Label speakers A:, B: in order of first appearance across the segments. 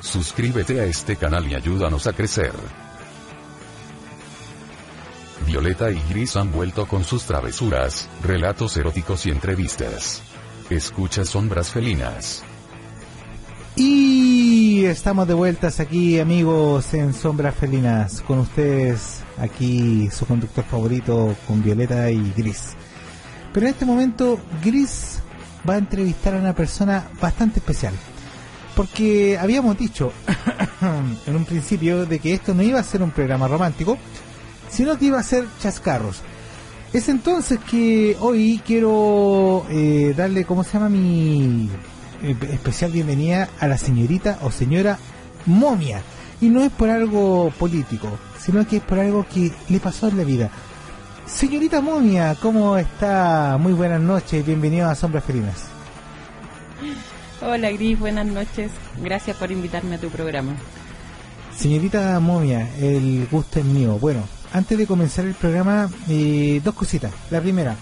A: Suscríbete a este canal y ayúdanos a crecer. Violeta y Gris han vuelto con sus travesuras, relatos eróticos y entrevistas. Escucha sombras felinas.
B: Y estamos de vueltas aquí, amigos, en Sombras Felinas. Con ustedes, aquí su conductor favorito, con Violeta y Gris. Pero en este momento, Gris va a entrevistar a una persona bastante especial. Porque habíamos dicho en un principio de que esto no iba a ser un programa romántico, sino que iba a ser chascarros. Es entonces que hoy quiero eh, darle, ¿cómo se llama? Mi eh, especial bienvenida a la señorita o señora momia. Y no es por algo político, sino que es por algo que le pasó en la vida. Señorita momia, ¿cómo está? Muy buenas noches, bienvenido a Sombras Felinas.
C: Hola Gris, buenas noches. Gracias por invitarme a tu programa.
B: Señorita momia, el gusto es mío. Bueno, antes de comenzar el programa, eh, dos cositas. La primera,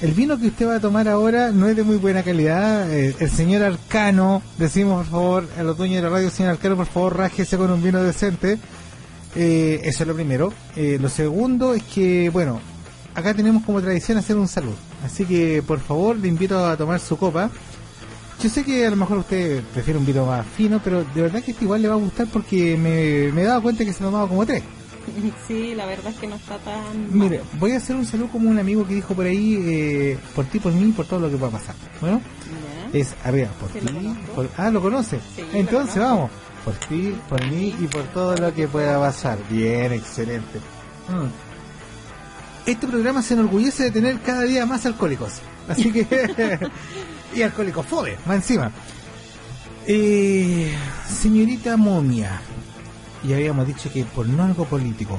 B: el vino que usted va a tomar ahora no es de muy buena calidad. Eh, el señor Arcano, decimos por favor a los dueños de la radio, señor Arcano, por favor, rájese con un vino decente. Eh, eso es lo primero. Eh, lo segundo es que, bueno, acá tenemos como tradición hacer un salud. Así que, por favor, le invito a tomar su copa. Yo sé que a lo mejor usted prefiere un vino más fino, pero de verdad que este igual le va a gustar porque me, me he dado cuenta que se tomaba como tres.
C: Sí, la verdad es que no está tan...
B: Mire, voy a hacer un saludo como un amigo que dijo por ahí, eh, por ti, por mí, por todo lo que va a pasar. Bueno,
C: Ya.
B: es arriba, por
C: Sí,
B: ti,
C: lo conozco.
B: por... Ah, ¿lo conoce?
C: Sí, lo
B: Entonces
C: conozco.
B: vamos, por ti, por mí y por todo lo que pueda pasar. Bien, excelente. Mm. Este programa se enorgullece de tener cada día más alcohólicos. Así que... y alcohólicos fobes, más encima. Eh, señorita Momia, ya habíamos dicho que por no algo político,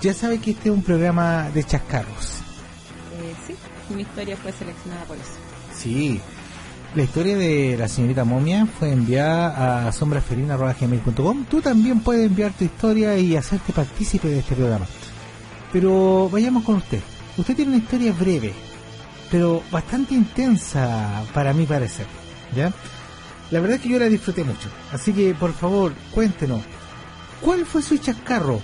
B: ya sabe que este es un programa de chascarros.
C: Eh, sí, mi historia fue seleccionada por eso.
B: Sí. La historia de la señorita Momia fue enviada a sombrasfelina.com. Tú también puedes enviar tu historia y hacerte partícipe de este programa. Pero vayamos con usted. Usted tiene una historia breve, pero bastante intensa para mi parecer. ¿Ya? La verdad es que yo la disfruté mucho. Así que, por favor, cuéntenos. ¿Cuál fue su chascarro?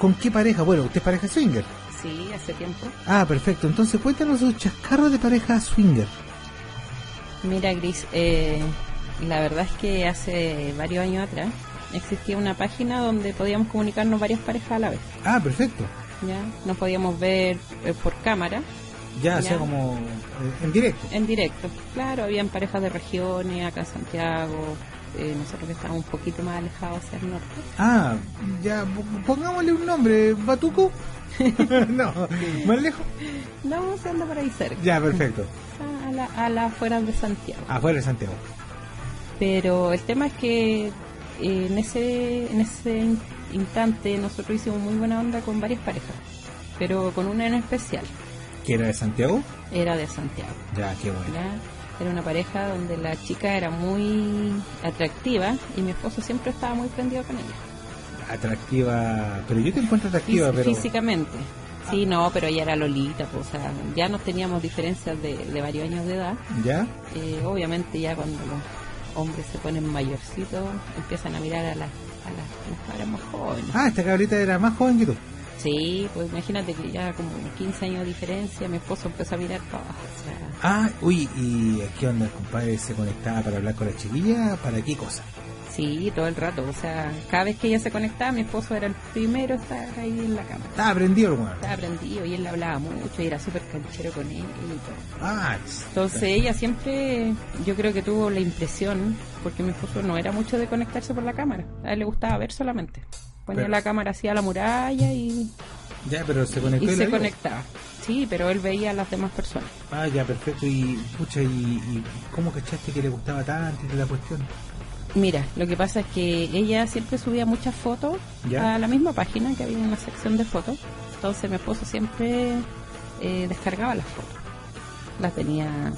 B: ¿Con qué pareja? Bueno, usted es pareja swinger.
C: Sí, hace tiempo.
B: Ah, perfecto. Entonces cuéntanos su chascarro de pareja swinger.
C: Mira Gris, eh, la verdad es que hace varios años atrás existía una página donde podíamos comunicarnos varias parejas a la vez.
B: Ah, perfecto.
C: Ya, nos podíamos ver eh, por cámara,
B: Ya, o sea,
C: Ya.
B: como eh, en directo.
C: en directo. Claro, habían parejas de regiones, acá en Santiago, eh, nosotros que estábamos un poquito más alejados hacia el norte.
B: Ah, ya, po- pongámosle un nombre, Batuco. no, más lejos.
C: No, se anda por ahí cerca.
B: Ya, perfecto.
C: A la- a las afueras de Santiago.
B: Afuera de Santiago.
C: Pero el tema es que eh, en ese, en ese in- instante nosotros hicimos muy buena onda con varias parejas, pero con una en especial,
B: ¿Que era de Santiago?
C: era de Santiago.
B: Ya, qué bueno.
C: ¿ya? Era una pareja donde la chica era muy atractiva y mi esposo siempre estaba muy prendido con ella,
B: Atractiva. Pero yo te encuentro
C: Fí-
B: atractiva, pero.
C: físicamente. Sí, no, pero ella era Lolita, pues, o sea, ya nos teníamos diferencias de, de varios años de edad.
B: ¿Ya?
C: Eh, obviamente ya cuando los hombres se ponen mayorcitos empiezan a mirar a las a las mujeres más jóvenes.
B: Ah, esta cabrita era más joven que tú.
C: Sí, pues imagínate que ya como 15 años de diferencia mi esposo empezó a mirar para abajo. o sea,
B: eh, Ah, uy, ¿y qué onda el compadre se conectaba para hablar con la chiquilla? ¿Para qué cosa?
C: Sí, todo el rato. O sea, cada vez que ella se conectaba, mi esposo era el primero a estar ahí en la cama.
B: Estaba prendido el weón.
C: Estaba prendido y él le hablaba mucho y era súper canchero con él y todo.
B: Ah, tss.
C: Entonces ella siempre, yo creo que tuvo la impresión, porque mi esposo no era mucho de conectarse por la cámara. A él le gustaba ver solamente. Ponía
B: Pero-
C: la cámara así a la muralla y,
B: Ya, pero se
C: y
B: conectó la
C: se
B: vio.
C: conectaba. Sí, pero él veía a las demás personas.
B: Ah, ya, perfecto. Y, pucha, y, y ¿cómo cachaste que le gustaba tanto y toda la cuestión?
C: Mira, lo que pasa es que ella siempre subía muchas fotos
B: Ya.
C: a la misma página que había en la sección de fotos. Entonces mi esposo siempre eh, descargaba las fotos. Las tenía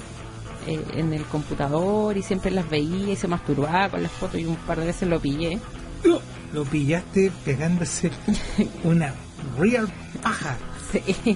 C: eh, en el computador y siempre las veía y se masturbaba con las fotos y un par de veces lo pillé.
B: Lo pillaste pegándose una real paja,
C: Sí,
B: eh,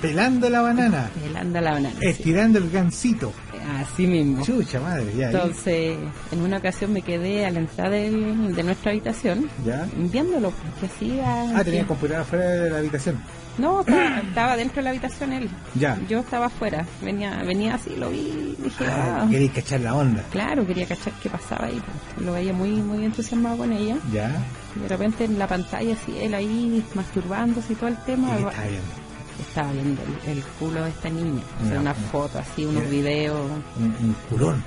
B: pelando la banana,
C: él anda la banana. sí.
B: estirando el gancito.
C: Así mismo.
B: Chucha madre, ya. ahí.
C: Entonces, en una ocasión me quedé a la entrada del- de nuestra habitación
B: ¿Ya?
C: viéndolo, que hacía...
B: Ah, tenía
C: qué-
B: el computador afuera de la habitación.
C: No, estaba, estaba dentro de la habitación él.
B: Ya.
C: Yo estaba afuera. Venía, venía así, lo vi, dije,
B: Ah,
C: "Ah".
B: queréis cachar la onda.
C: claro, quería cachar qué pasaba ahí. pues. Lo veía muy, muy entusiasmado con ella.
B: Ya.
C: Y de repente en la pantalla así, él ahí masturbándose y todo el
B: ¿Y
C: tema.
B: qué estaba viendo?
C: Estaba viendo el, el culo de esta niña. O sea,
B: Ya.
C: una foto así, unos
B: Ya.
C: videos.
B: Un, un culón.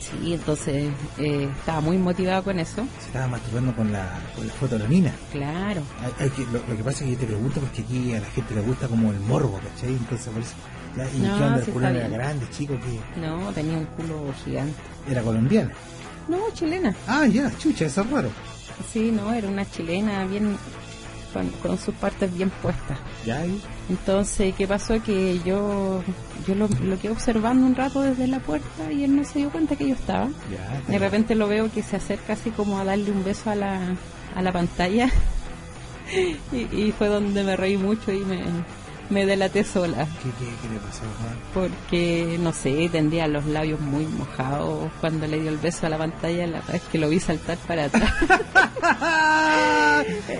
C: Sí, entonces eh, estaba muy motivado con eso.
B: Se estaba masturbando con la, con la foto de la mina.
C: Claro.
B: Hay- hay que- lo, lo que pasa es que yo te pregunto porque aquí a la gente le gusta como el morbo, ¿cachai? Entonces por eso. ya, ¿Y
C: No,
B: qué onda?
C: sí
B: el culón
C: está
B: era
C: bien.
B: grande, chico, que
C: No, tenía un culo gigante.
B: era colombiana.
C: No, chilena.
B: Ah, ya, chucha, eso es raro.
C: Sí, no, era una chilena bien con, con sus partes bien puestas.
B: Ya, y-
C: Entonces, ¿qué pasó? Que yo yo lo, lo quedé observando un rato desde la puerta y él no se dio cuenta que yo estaba.
B: ya.
C: De repente lo veo que se acerca así como a darle un beso a la, a la pantalla y, y fue donde me reí mucho y me, me delaté sola.
B: ¿Qué, qué, qué le pasó, Juan?
C: Porque, no sé, tendría los labios muy mojados cuando le dio el beso a la pantalla, la verdad es que lo vi saltar para atrás.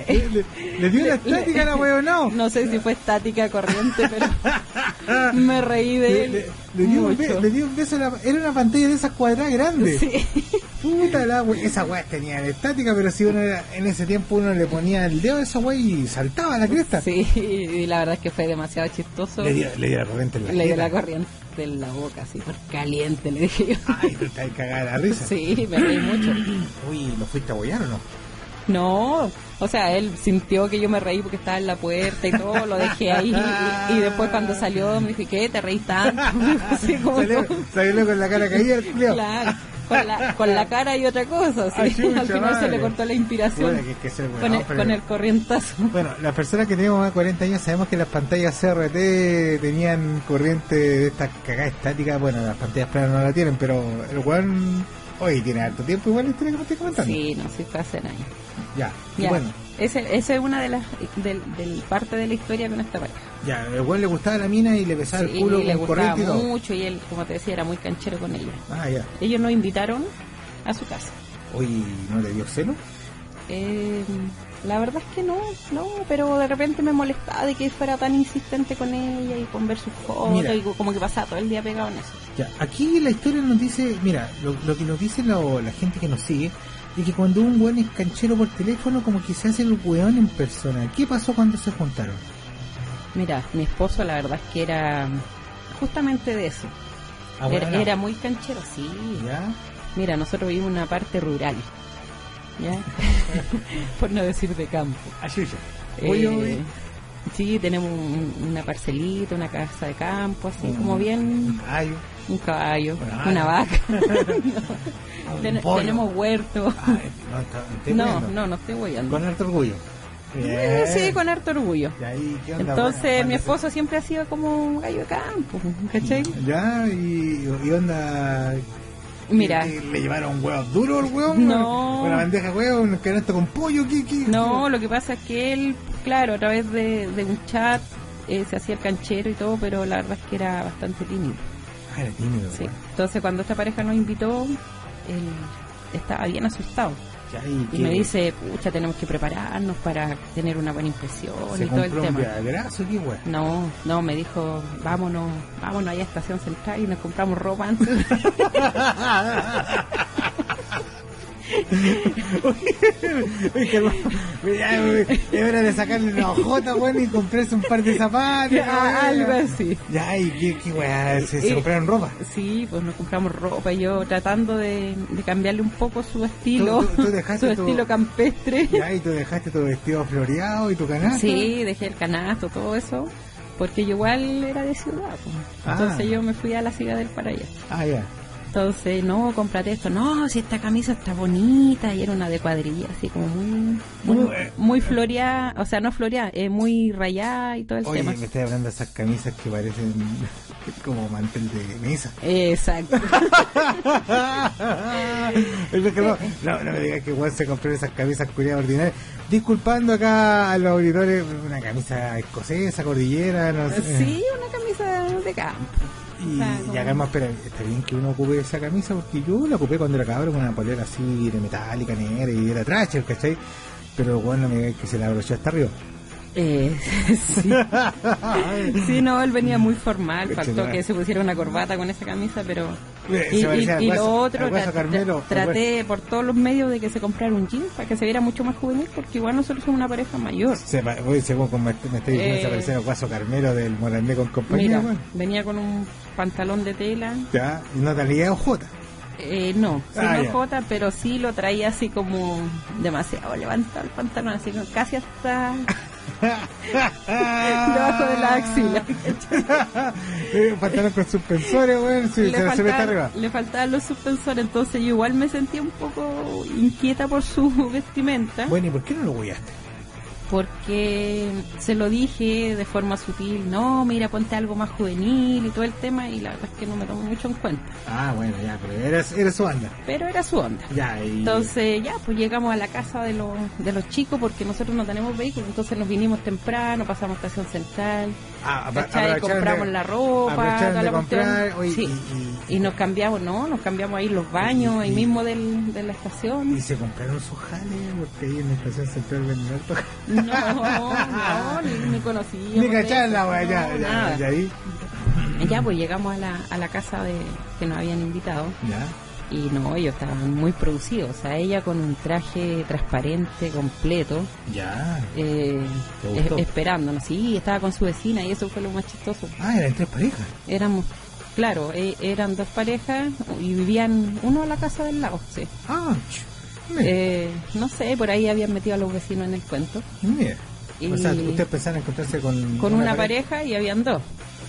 B: le, le- le dio una estática a la huevonao.
C: No sé si fue estática corriente, pero me reí de
B: Le,
C: él.
B: le- le dio un be-
C: mucho.
B: le dio un beso, a la, era una pantalla de esas cuadradas grandes.
C: Sí,
B: Puta la hue- Esa weá tenía la estática, pero si uno era- en ese tiempo uno le ponía el dedo a esa weá y saltaba la cresta.
C: sí, y la verdad es que fue demasiado chistoso.
B: Le dio, le dio la corriente en la
C: Le dio
B: jeta.
C: la corriente en la boca, así, por caliente, le dije yo.
B: Ay, tú estás cagada de la risa.
C: Sí, me reí mucho.
B: Uy, ¿lo fuiste a bollar o no?
C: No, o sea, él sintió que yo me reí porque estaba en la puerta y todo, lo dejé ahí. Y, y después cuando salió me dije, ¿qué? ¿Te reí tanto? Así como-
B: Salió, salió con la cara caída el culiao.
C: Claro, con la, con la cara y otra cosa.
B: Ay,
C: sí.
B: chucha,
C: Al final se
B: madre.
C: le cortó la inspiración
B: Bueno, que hay que ser
C: con,
B: bueno,
C: el,
B: pero-
C: con el corrientazo.
B: Bueno, las personas que tenemos más de 40 años sabemos que las pantallas CRT tenían corriente de esta cagada estática. Bueno, las pantallas planas no la tienen, pero el weón hoy tiene harto tiempo igual y tiene que me estoy comentando.
C: Sí, no, sí fue hace años.
B: Ya, y
C: Ya,
B: bueno,
C: ese- esa es una de las del, del parte de la historia con esta pareja.
B: ya, el weón le gustaba la mina y le besaba
C: Sí,
B: el culo
C: le
B: con
C: gustaba
B: corriente y todo.
C: mucho y él, como te decía, era muy canchero con ella.
B: Ah, ya.
C: Ellos nos invitaron a su casa.
B: Hoy no le dio celo.
C: Eh, la verdad es que no, no, pero de repente me molestaba de que fuera tan insistente con ella y con ver sus fotos
B: Mira.
C: y como que pasaba todo el día pegado en eso.
B: Ya, aquí la historia nos dice, mira, lo, lo que nos dice la- la gente que nos sigue es que cuando un weón es canchero por teléfono, como que se hace el weón en persona. ¿Qué pasó cuando se juntaron?
C: Mira, mi esposo la verdad es que era justamente de eso.
B: Ah, bueno,
C: era,
B: no.
C: era muy canchero, sí.
B: Ya.
C: Mira, nosotros vivimos en una parte rural. ¿Ya? Por no decir de campo.
B: Ah, Oye,
C: Eh,
B: oye.
C: sí, tenemos un- una parcelita, una casa de campo, así
B: Mm.
C: como bien
B: Ay,
C: un caballo,
B: Bueno,
C: una vaca.
B: un
C: Ten-
B: pollo.
C: tenemos huerto.
B: Ay, no, está- me estoy
C: No,
B: riendo.
C: no, no estoy guayando.
B: Con harto orgullo.
C: Eh, Sí, con harto orgullo.
B: Y ahí, ¿qué onda?
C: Entonces,
B: Bueno,
C: mi
B: cuando
C: esposo siempre ha sido como un gallo de campo, ¿cachai?
B: se- Ya, y, y onda.
C: Mira,
B: ¿Le, le llevaron huevos duros el huevo?
C: No.
B: Una bandeja de huevos, un canasto con pollo, ¿qué? qué?
C: no, lo que pasa es que él, claro, a través de, de un chat eh, se hacía el canchero y todo, pero la verdad es que era bastante tímido.
B: Ah, era tímido,
C: Sí.
B: weón.
C: Entonces, cuando esta pareja nos invitó, él estaba bien asustado.
B: Ya, y,
C: Y
B: qué-
C: me dice, pucha, tenemos que prepararnos para tener una buena impresión
B: ¿Se
C: y todo el
B: compró un
C: tema.
B: viagrazo, qué weón?
C: No, no, me dijo, vámonos, vámonos allá a Estación Central y nos compramos ropa antes.
B: Uy, que hermano, ya, güey, Es hora de sacarle la ojota, bueno, y comprarse un par de zapatos.
C: Ah,
B: güey.
C: algo así.
B: Ya, y qué, qué weá, se, se
C: Eh,
B: compraron ropa.
C: Sí, pues nos compramos ropa. Yo tratando de, de cambiarle un poco su estilo,
B: Tú- tú- tú dejaste
C: su
B: tu-
C: estilo campestre.
B: Ya, y tú dejaste tu vestido floreado y tu canasta.
C: Sí, dejé el canasto, todo eso, porque yo igual era de ciudad. pues.
B: Ah.
C: Entonces yo me fui a la ciudad del Paraíso.
B: Ah, ya.
C: Entonces, no, cómprate esto. No, si esta camisa está bonita. Y era una de cuadrilla, así como muy, muy, muy floreada. O sea, no floreada, eh, muy rayada y todo el
B: Oye,
C: tema.
B: me estás hablando de esas camisas que parecen como mantel de mesa.
C: Exacto.
B: Es que no, no, no me digas que Juan se compró esas camisas curiosas ordinarias. Disculpando acá a los auditores, una camisa escocesa, cordillera, no sé.
C: sí, una camisa de campo.
B: Y,
C: sea,
B: y
C: como-
B: además, pero está bien que uno ocupe esa camisa porque yo la ocupé cuando era cabrón con una polera así de metálica, negra y era tracher, ¿cachai? Pero bueno, me digas que se la abrochó hasta arriba.
C: Eh, sí. Sí, no, él venía muy formal. Faltó que se pusiera una corbata con esa camisa, pero. Y,
B: Se
C: y-
B: parecía al
C: y
B: guaso-
C: lo otro,
B: al guaso
C: tra-
B: Carmelo,
C: tra-
B: al
C: traté por todos los medios de que se comprara un jean para que se viera mucho más juvenil, porque igual nosotros somos una pareja mayor.
B: Se, pa- oye, según como me, me estoy diciendo,
C: Eh.
B: se parecía al guaso Carmelo del Morandé con compañía,
C: Mira,
B: weón.
C: venía con un pantalón de tela,
B: Ya, y no te lié ojota.
C: eh, no, sí
B: Ah,
C: no
B: ya.
C: jota, pero sí lo traía así como demasiado levantado el pantalón, así como casi hasta
B: Ah.
C: debajo de la axila.
B: Eh, pantalón con suspensores, weón, si se la sube hasta arriba.
C: le faltaban los suspensores, entonces yo igual me sentía un poco inquieta por su vestimenta,
B: Bueno, ¿y por qué no lo hueaste?
C: porque se lo dije de forma sutil, no, mira, ponte algo más juvenil y todo el tema, y la verdad es que no me tomó mucho en cuenta,
B: Ah, bueno, ya, pero era, era su banda.
C: pero era su onda.
B: Ya, y...
C: Entonces ya, pues llegamos a la casa de los, de los chicos porque nosotros no tenemos vehículo, entonces nos vinimos temprano, pasamos a estación central,
B: Ah, apro-
C: ¿cachai?
B: aprovecharon
C: compramos
B: de-
C: la ropa,
B: aprovecharon
C: toda
B: de
C: la
B: comprar,
C: cuestión.
B: oye,
C: Sí.
B: y,
C: Y nos cambiamos, no, nos cambiamos ahí los baños, ahí
B: Y-
C: mismo del, de la
B: y- y
C: estación.
B: se compraron sus jales, porque ahí en la estación central venden alto.
C: No, no, ni, ni conocíamos.
B: Ni
C: de
B: cachar la
C: eso,
B: weá, ya,
C: no,
B: ya,
C: nada.
B: ya ahí.
C: Ya, pues llegamos a la, a la casa de, que nos habían invitado.
B: Ya.
C: Y no, ellos estaban muy producidos. O sea, ella con un traje transparente, completo.
B: Ya.
C: eh,
B: ¿Te gustó?
C: es- esperándonos. Sí, estaba con su vecina y eso fue lo más chistoso.
B: Ah, eran tres parejas.
C: Éramos, claro, eh, eran dos parejas y vivían uno en la casa del lado, sí.
B: Ah, ch- mira,
C: Eh, no sé, por ahí habían metido a los vecinos en el cuento.
B: mira. O
C: y-
B: sea, ustedes pensaban encontrarse con...
C: Con una, pareja y habían dos.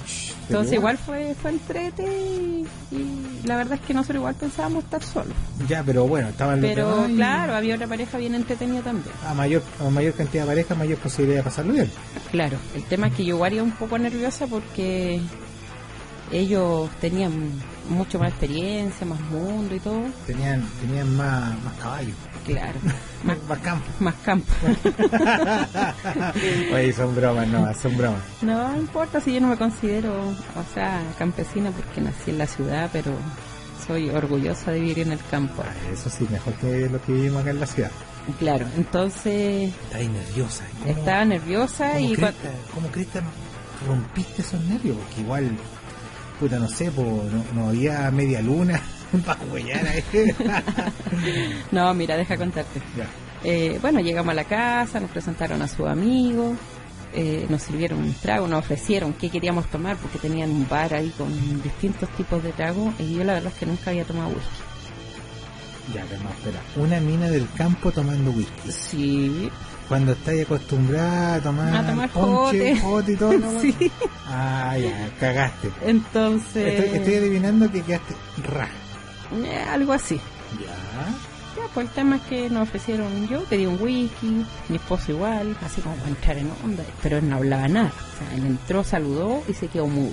B: Ch, pero bueno.
C: Entonces igual fue, fue entrete y, y la verdad es que nosotros igual pensábamos estar solos.
B: Ya, pero bueno, estaban los
C: Pero
B: demás y-
C: claro, había otra pareja bien entretenida también.
B: a mayor, a mayor cantidad de parejas, mayor posibilidad de pasarlo bien.
C: Claro, el tema es que yo igual iba un poco nerviosa porque ellos tenían mucho más experiencia, más mundo y todo.
B: Tenían, tenían más, más caballos,
C: Claro,
B: más, más campo.
C: más campo.
B: Oye, son bromas, no, son bromas.
C: No, no importa si yo no me considero, o sea, campesina porque nací en la ciudad, pero soy orgullosa de vivir en el campo.
B: Ah, Eso sí, mejor que lo que vivimos acá en la ciudad.
C: Claro, entonces
B: Estaba nerviosa. ¿Cómo-
C: estaba nerviosa
B: ¿Cómo
C: y
B: Cresta,
C: cuan-
B: cómo Cresta rompiste esos nervios? Porque igual, puta, no sé, po, no, no había media luna para huellar a él.
C: no, mira, deja contarte.
B: Ya.
C: Eh, bueno, llegamos a la casa, nos presentaron a sus amigos, eh, nos sirvieron un trago, nos ofrecieron qué queríamos tomar porque tenían un bar ahí con distintos tipos de trago y yo la verdad es que nunca había tomado whisky.
B: Ya, calma, espera. Una mina del campo tomando whisky.
C: Sí,
B: Cuando estáis acostumbrada a tomar,
C: A tomar
B: ponche,
C: jote.
B: jote y todo, ¿no?
C: Sí.
B: Ah, ya, cagaste.
C: entonces
B: Estoy, estoy adivinando que quedaste raja.
C: eh, algo así.
B: Ya.
C: Ya, pues el tema es que nos ofrecieron yo, pedí un whisky, mi esposo igual, así como para entrar en onda, pero él no hablaba nada. O sea, él entró, saludó y se quedó mudo.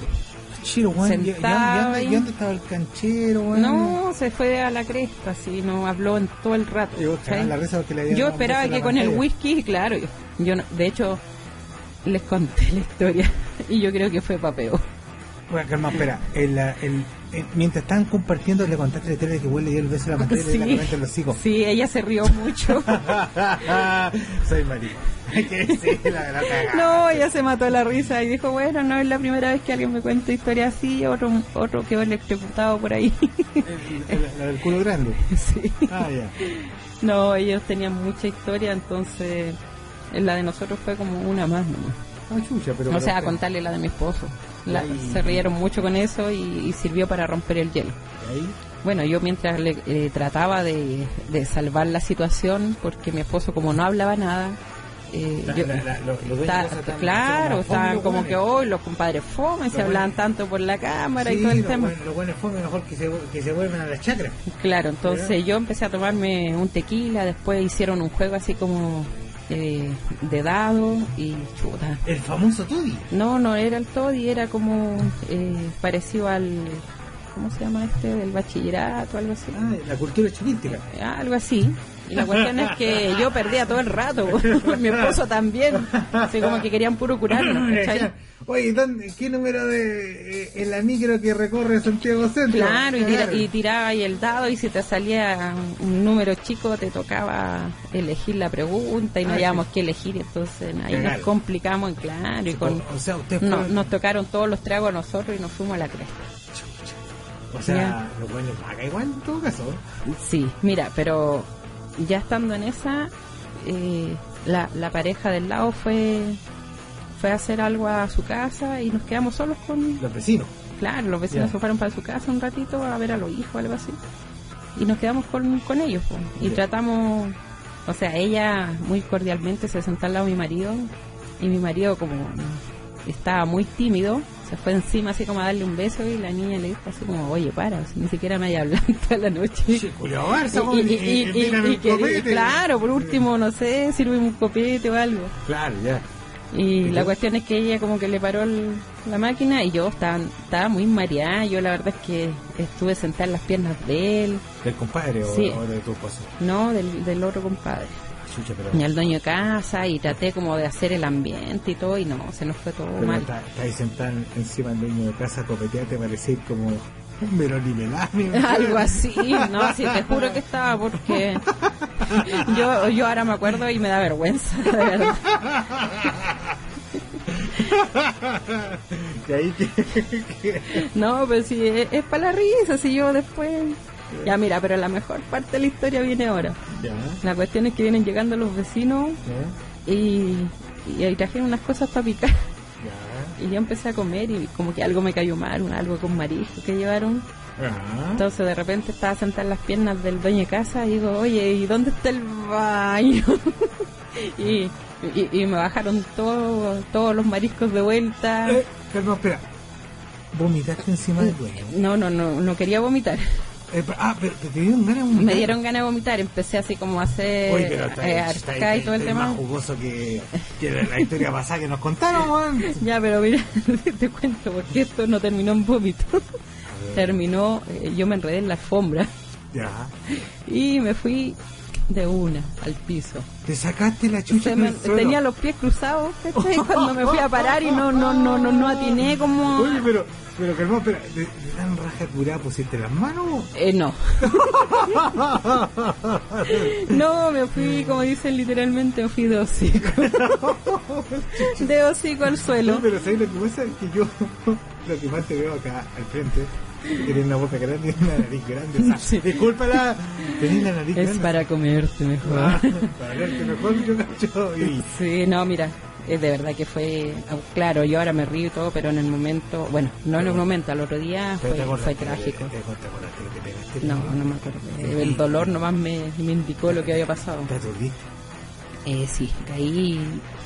B: Chiro, weón. ¿Y
C: Sentado
B: dónde
C: ahí.
B: y dónde estaba el canchero, weón?
C: No, se fue a la cresta, así, no habló en todo el rato.
B: Y vos
C: ¿cachai?
B: cagás la risa porque le había
C: Yo
B: dado un beso
C: esperaba
B: en la
C: que con el
B: pantalla.
C: whisky, claro, yo, yo no- de hecho les conté la historia y yo creo que fue papeo.
B: Bueno, calma, espera. El, la- el- eh, mientras estaban compartiendo, le contaste a Tere que huele y el beso a la materia y
C: Sí.
B: la comenta en los hijos.
C: Sí, ella se rió mucho.
B: Soy marido. Hay que decir la gran cagada.
C: No, ella se mató la risa y dijo, bueno, no es la primera vez que alguien me cuenta historia así, otro otro quedó electrocutado por ahí.
B: El- el- La del culo grande.
C: Sí.
B: Ah, ya.
C: No, ellos tenían mucha historia, entonces la de nosotros fue como una más nomás.
B: Ah, chucha, pero.
C: o sea, contarle la de mi esposo. La-
B: Ay.
C: se rieron mucho con eso y, y sirvió para romper el hielo.
B: Ahí.
C: Bueno, yo mientras le eh, trataba de, de salvar la situación, porque mi esposo como no hablaba nada, eh,
B: La-
C: yo-
B: la- la- los- los dueños de
C: Está-
B: casa están-
C: claro,
B: son
C: estaban
B: los
C: como
B: buenos.
C: que hoy los compadres fomen, se
B: Los
C: hablaban
B: buenos.
C: tanto por la cámara
B: Sí,
C: y todo el
B: los
C: tema.
B: buenos- Los buenos fome mejor que se, que se vuelven a las chacras.
C: Claro, entonces yo empecé a tomarme un tequila, después hicieron un juego así como eh, de dado y chuta.
B: El famoso Toddy.
C: No, no era el toddy, era como eh, parecido al, ¿cómo se llama este? Del bachillerato, algo así. Ah,
B: Ah, la cultura chupíntica.
C: Algo así. Y la cuestión es que yo perdía todo el rato, mi esposo también. Así como que querían puro curarnos, ¿cachai?
B: Ah, Oye, ¿dónde- ¿qué número de eh, en la micro que recorre Santiago Centro?
C: Claro, y, tira-
B: Claro.
C: y tiraba ahí el dado y si te salía un número chico te tocaba elegir la pregunta y no
B: Ah,
C: hallábamos qué elegir, entonces ahí nos
B: Claro. pues,
C: complicamos en claro y con...
B: o, o sea, usted fue-
C: no, nos tocaron todos los tragos a nosotros y nos fuimos a la cresta.
B: O sea,
C: Ya.
B: lo bueno es paga igual en todo caso. ¿eh?
C: Sí, mira, pero ya estando en esa, eh, la, la pareja del lado fue fue a hacer algo a su casa y nos quedamos solos con,
B: Los vecinos.
C: Claro, los vecinos
B: Ya.
C: se fueron para su casa un ratito a ver a los hijos, algo así. Y nos quedamos con, con ellos. po. Y
B: Ya.
C: tratamos, o sea, ella muy cordialmente se sentó al lado de mi marido. Y mi marido, como estaba muy tímido, se fue encima así como a darle un beso. Y la niña le dijo así como, oye, para, si ni siquiera me haya hablado toda la noche.
B: Julio
C: Y-
B: Barça,
C: y-
B: pues,
C: y-
B: eh,
C: y-
B: mírame
C: y
B: un
C: que-
B: copete.
C: claro, por último, no sé, sirve un copete o algo.
B: Claro, ya.
C: Y la
B: Ujú.
C: cuestión es que ella como que le paró el- la máquina y yo estaba, estaba muy mareada. Yo la verdad es que estuve sentada en las piernas de él,
B: Del compadre o,
C: Sí.
B: o de tu esposo.
C: ¿no? Del, del otro compadre.
B: Chucha, pero.
C: Y al dueño de casa y traté como de hacer el ambiente y todo y no, se nos fue todo
B: Pero
C: mal.
B: está, está ahí sentado encima del dueño de casa, copeteate, parecís como un Veroni Melani.
C: Algo así, no, sí, te juro que estaba porque yo, yo ahora me acuerdo y me da vergüenza, de verdad.
B: Y ahí que.
C: No, pero sí, es, es para la risa, si yo después... Ya mira, pero la mejor parte de la historia viene ahora.
B: ya,
C: La cuestión es que vienen llegando los vecinos
B: ya,
C: y, y ahí trajeron unas cosas para picar.
B: ya,
C: Y yo empecé a comer y como que algo me cayó mal, un- algo con marisco que llevaron.
B: ya.
C: Entonces de repente estaba sentada en las piernas del dueño de casa y digo, oye, ¿y dónde está el baño? y, y- y me bajaron todo, todos los mariscos de vuelta.
B: Eh, calma, espera. Vomitaste encima del dueño.
C: No, no, no, no quería vomitar.
B: Eh, pero- ah, pero te dieron ganas de
C: Me dieron ganas de vomitar, empecé así como a hacer
B: Oye, pero está,
C: eh,
B: está-
C: arcada y
B: está-
C: todo el
B: está
C: tema.
B: más jugoso que, que la, la historia pasada que nos contaron, weón.
C: Ya, pero mira, te cuento, porque esto no terminó en vómito. Terminó, eh, yo me enredé en la alfombra
B: Ya.
C: y me fui de una al piso.
B: Te sacaste la chucha
C: Se me-
B: del suelo.
C: tenía los pies cruzados ¿cachai? cuando me fui a parar y no no no no no atiné como
B: Oye, pero, pero calma, espera. ¿Le, le dan raja curada pusiste las manos?
C: Eh, no no me fui como dicen literalmente me fui de hocico de hocico al
B: No,
C: suelo
B: pero ¿sabes lo que pasa? Es que yo lo que más te veo acá al frente Tienes una boca grande y una nariz grande. O sea,
C: Sí.
B: Discúlpala, tenés la nariz
C: es
B: grande.
C: para comerte mejor
B: Ah, para verte mejor, yo cacho. Y
C: Sí, no, mira, eh, de verdad que fue, ah, claro, yo ahora me río y todo, pero en el momento, bueno, no en el momento, al otro día
B: Pero
C: fue,
B: te acordaste,
C: fue trágico.
B: Te, te acordaste que te pegaste.
C: No, no me acuerdo. Eh, El dolor nomás me, me indicó lo que había pasado.
B: Te aturdiste.
C: Eh, sí, caí,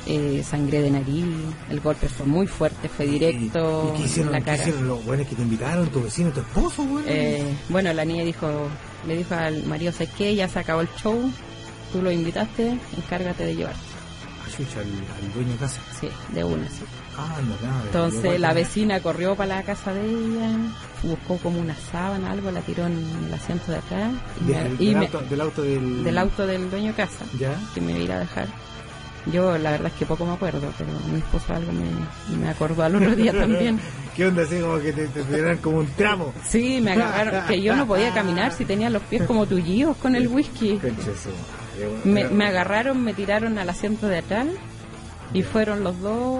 C: eh, sangré de nariz, el golpe fue muy fuerte, fue directo
B: ¿Y, y qué
C: en
B: hicieron,
C: la
B: qué
C: cara.
B: hicieron los buenos que te invitaron? ¿Tu vecino, tu esposo, güey?
C: Eh, bueno, la niña dijo, le dijo al marido, ¿sabes qué? Ya se acabó el show, tú lo invitaste, encárgate de llevar.
B: Ah, chucha, al, al dueño de casa.
C: Sí, de una, sí.
B: Ah, no, nada.
C: Entonces la vecina corrió para la casa de ella, buscó como una sábana, algo, la tiró en el asiento de atrás y
B: Del,
C: me-
B: del
C: y me-
B: auto, del auto del.
C: del auto del dueño de casa
B: Ya.
C: que me iba a ir a dejar. Yo la verdad es que poco me acuerdo, pero mi esposo algo me, me acordó al otro día también.
B: ¿Qué onda así como que te, te tiraron como un tramo?
C: Sí, me agarraron, que yo no podía caminar si tenía los pies como tullidos con el whisky.
B: Concha su madre, bueno,
C: Me,
B: pero-
C: me agarraron, me tiraron al asiento de atrás y fueron los dos,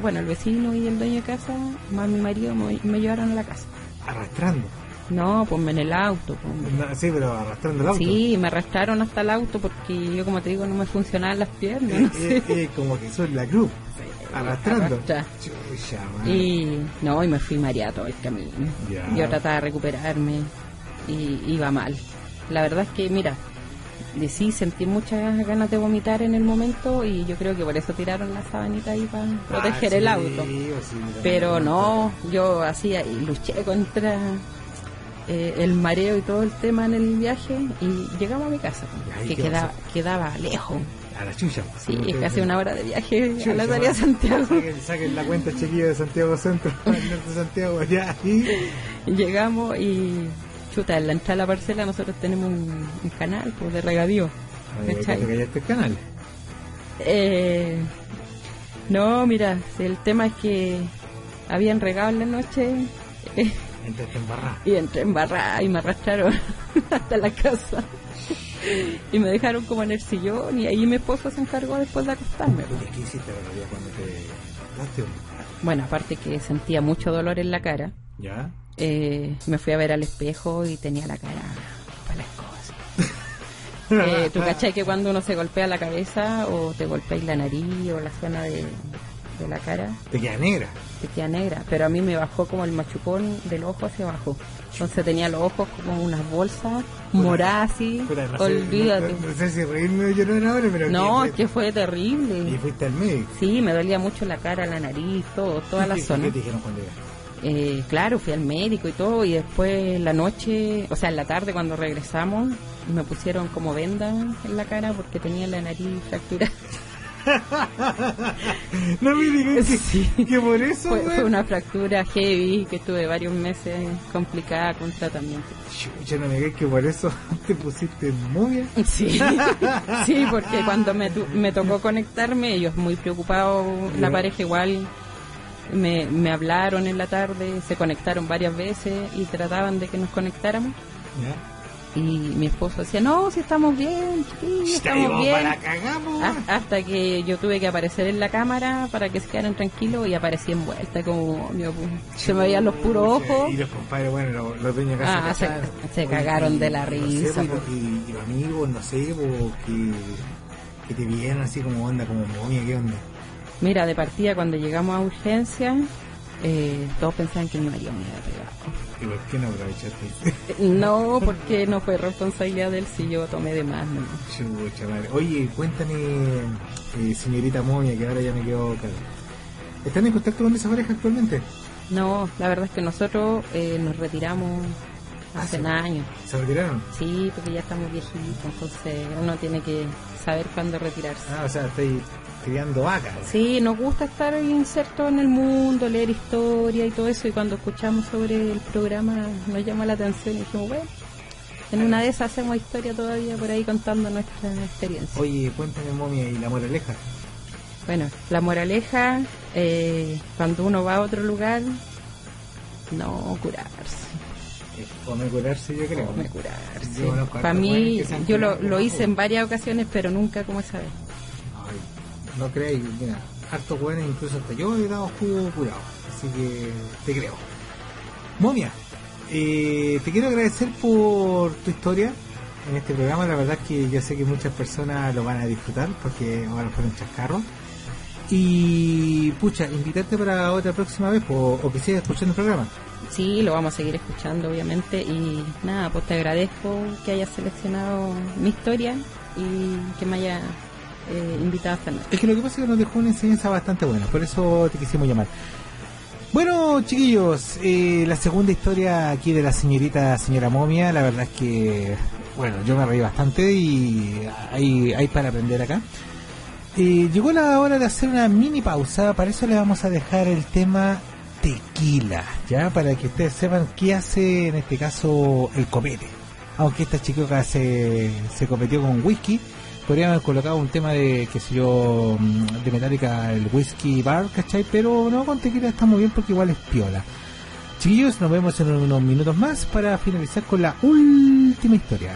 C: bueno, el vecino y el dueño de casa, más mi marido, me, me llevaron a la casa.
B: Arrastrando.
C: No, pues en el auto. pues.
B: No, sí, pero arrastrando el auto.
C: Sí, me arrastraron hasta el auto porque yo, como te digo, no me funcionaban las piernas. no sé.
B: Eh, eh, como que son la cruz. Arrastrando.
C: Arrastra.
B: Chucha, madre.
C: Y no, y me fui mareado todo el camino.
B: Ya.
C: Yo trataba de recuperarme y iba mal. La verdad es que, mira, de sí sentí muchas ganas de vomitar en el momento y yo creo que por eso tiraron la sabanita ahí para proteger
B: Ah,
C: el
B: sí,
C: auto.
B: o sí, mira,
C: Pero no, yo hacía y luché contra eh, el mareo y todo el tema en el viaje y llegaba a mi casa,
B: Ay,
C: que
B: ¿qué pasó?
C: quedaba, quedaba lejos.
B: A la chucha.
C: Sí,
B: Como
C: es
B: ustedes
C: casi
B: dicen.
C: una hora de viaje a la
B: Chucha,
C: salida de
B: madre.
C: Santiago.
B: Saquen, saquen la cuenta chiquilla de Santiago Centro, al norte de Santiago, ya. Y,
C: Llegamos y chuta, en la entrada de la parcela nosotros tenemos un, un canal pues, de regadío. ¿cachai?
B: que ya está el canal.
C: Eh, no, mira, el tema es que habían regado en la noche eh,
B: Entraste embarrada.
C: y entré embarrada y me arrastraron hasta la casa. Y me dejaron como en el sillón y ahí mi esposo se encargó después de acostarme.
B: Oye, ¿Qué hiciste la día cuando te acostaste?
C: Bueno, aparte que sentía mucho dolor en la cara,
B: ¿Ya?
C: eh, me fui a ver al espejo y tenía la cara para las cosas. Eh, ¿Tú cachai que cuando uno se golpea la cabeza o te golpeáis la nariz o la zona de, de la cara,
B: Te queda negra.
C: te queda negra? Pero a mí me bajó como el machucón del ojo hacia abajo. Entonces tenía los ojos como unas bolsas moradas así.
B: Puta, no sé-
C: Olvídate.
B: no- No, no sé si reírme o llorar ahora, pero.
C: No,
B: que-
C: es que fue
B: Y
C: terrible.
B: fuiste al médico.
C: Sí, me dolía mucho la cara, la nariz, todo, toda la
B: ¿Qué-
C: zona.
B: ¿Qué te dijeron cuando llegaste?
C: Eh, claro, fui al médico y todo, y después en la noche, o sea, en la tarde cuando regresamos, me pusieron como venda en la cara porque tenía la nariz fracturada.
B: No me digas que,
C: Sí.
B: que por eso,
C: Fue,
B: güey.
C: fue una fractura heavy que estuve varios meses complicada con tratamiento.
B: Chucha, no me digas que por eso te pusiste momia.
C: Sí, sí porque cuando me, tu- me tocó conectarme, ellos muy preocupados, la
B: Ya.
C: pareja igual, me, me hablaron en la tarde, se conectaron varias veces y trataban de que nos conectáramos.
B: Ya.
C: Y mi esposo decía, no, si estamos bien, chiquillos,
B: Te
C: estamos
B: digo,
C: bien. Ah,
B: para cagamos.
C: Ha- Hasta que yo tuve que aparecer en la cámara para que se quedaran tranquilos y aparecí envuelta como yo, pues, se me veían los puros
B: Chucha,
C: ojos.
B: Y los compadres, bueno, los, los dueños de casa
C: Ah, se-
B: cacharon.
C: se cagaron de la
B: No
C: risa, pues.
B: sé, porque y los amigos, no sé, porque que te vieron así como onda, como momia, ¿qué onda?
C: Mira, de partida cuando llegamos a urgencia, eh, todos pensaban que mi marido me había pegado.
B: ¿Y por qué no aprovechaste?
C: No, porque no fue responsabilidad de él si yo tomé de más. ¿no?
B: Chucha, madre. Oye, cuéntame, eh, señorita momia, que ahora ya me quedo claro. ¿Están en contacto con esa pareja actualmente?
C: No, la verdad es que nosotros eh, nos retiramos
B: Ah,
C: hace
B: sí.
C: años.
B: ¿Se retiraron?
C: Sí, porque ya estamos viejitos, entonces uno tiene que saber cuándo retirarse.
B: Ah, o sea, estoy criando vacas.
C: Sí, nos gusta estar insertos en el mundo, leer historia y todo eso, y cuando escuchamos sobre el programa nos llama la atención y dijimos, bueno, en una de esas hacemos historia todavía por ahí contando nuestra experiencia.
B: Oye, cuéntame, momia, y la moraleja.
C: Bueno, la moraleja, eh, cuando uno va a otro lugar, no curarse.
B: Eh, Fome curarse, yo creo.
C: Come curarse.
B: Yo conozco
C: Para
B: hartos buenos
C: mí,
B: que se han
C: yo lo,
B: curado,
C: lo
B: ¿no?
C: hice en varias ocasiones, pero nunca como esa vez.
B: Ay, no creéis, mira, harto jóvenes, incluso hasta yo he dado jugo curado, así que te creo. Momia, eh, te quiero agradecer por tu historia en este programa, la verdad es que yo sé que muchas personas lo van a disfrutar porque ahora fueron chascarros. Y pucha, invitarte para otra próxima vez o, o que sigas escuchando el programa.
C: Sí, lo vamos a seguir escuchando, obviamente. Y nada, pues te agradezco que hayas seleccionado mi historia y que me haya eh, invitado esta noche.
B: Es que lo que pasa es que nos dejó una enseñanza bastante buena, por eso te quisimos llamar. Bueno, chiquillos, eh, la segunda historia aquí de la señorita, señora momia, la verdad es que, bueno, yo me reí bastante y hay, hay para aprender acá. Eh, llegó la hora de hacer una mini pausa, para eso le vamos a dejar el tema tequila, ya, para que ustedes sepan qué hace en este caso el copete. Aunque esta chica se, se competió con whisky, podrían haber colocado un tema de, qué sé yo, mm, de Metallica, el Whiskey Bar, ¿cachai? Pero no, con tequila está muy bien porque igual es piola. Chiquillos, nos vemos en unos minutos más para finalizar con la última historia.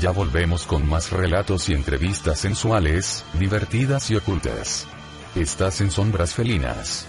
A: Ya volvemos con más relatos y entrevistas sensuales, divertidas y ocultas. Estás en Sombras Felinas.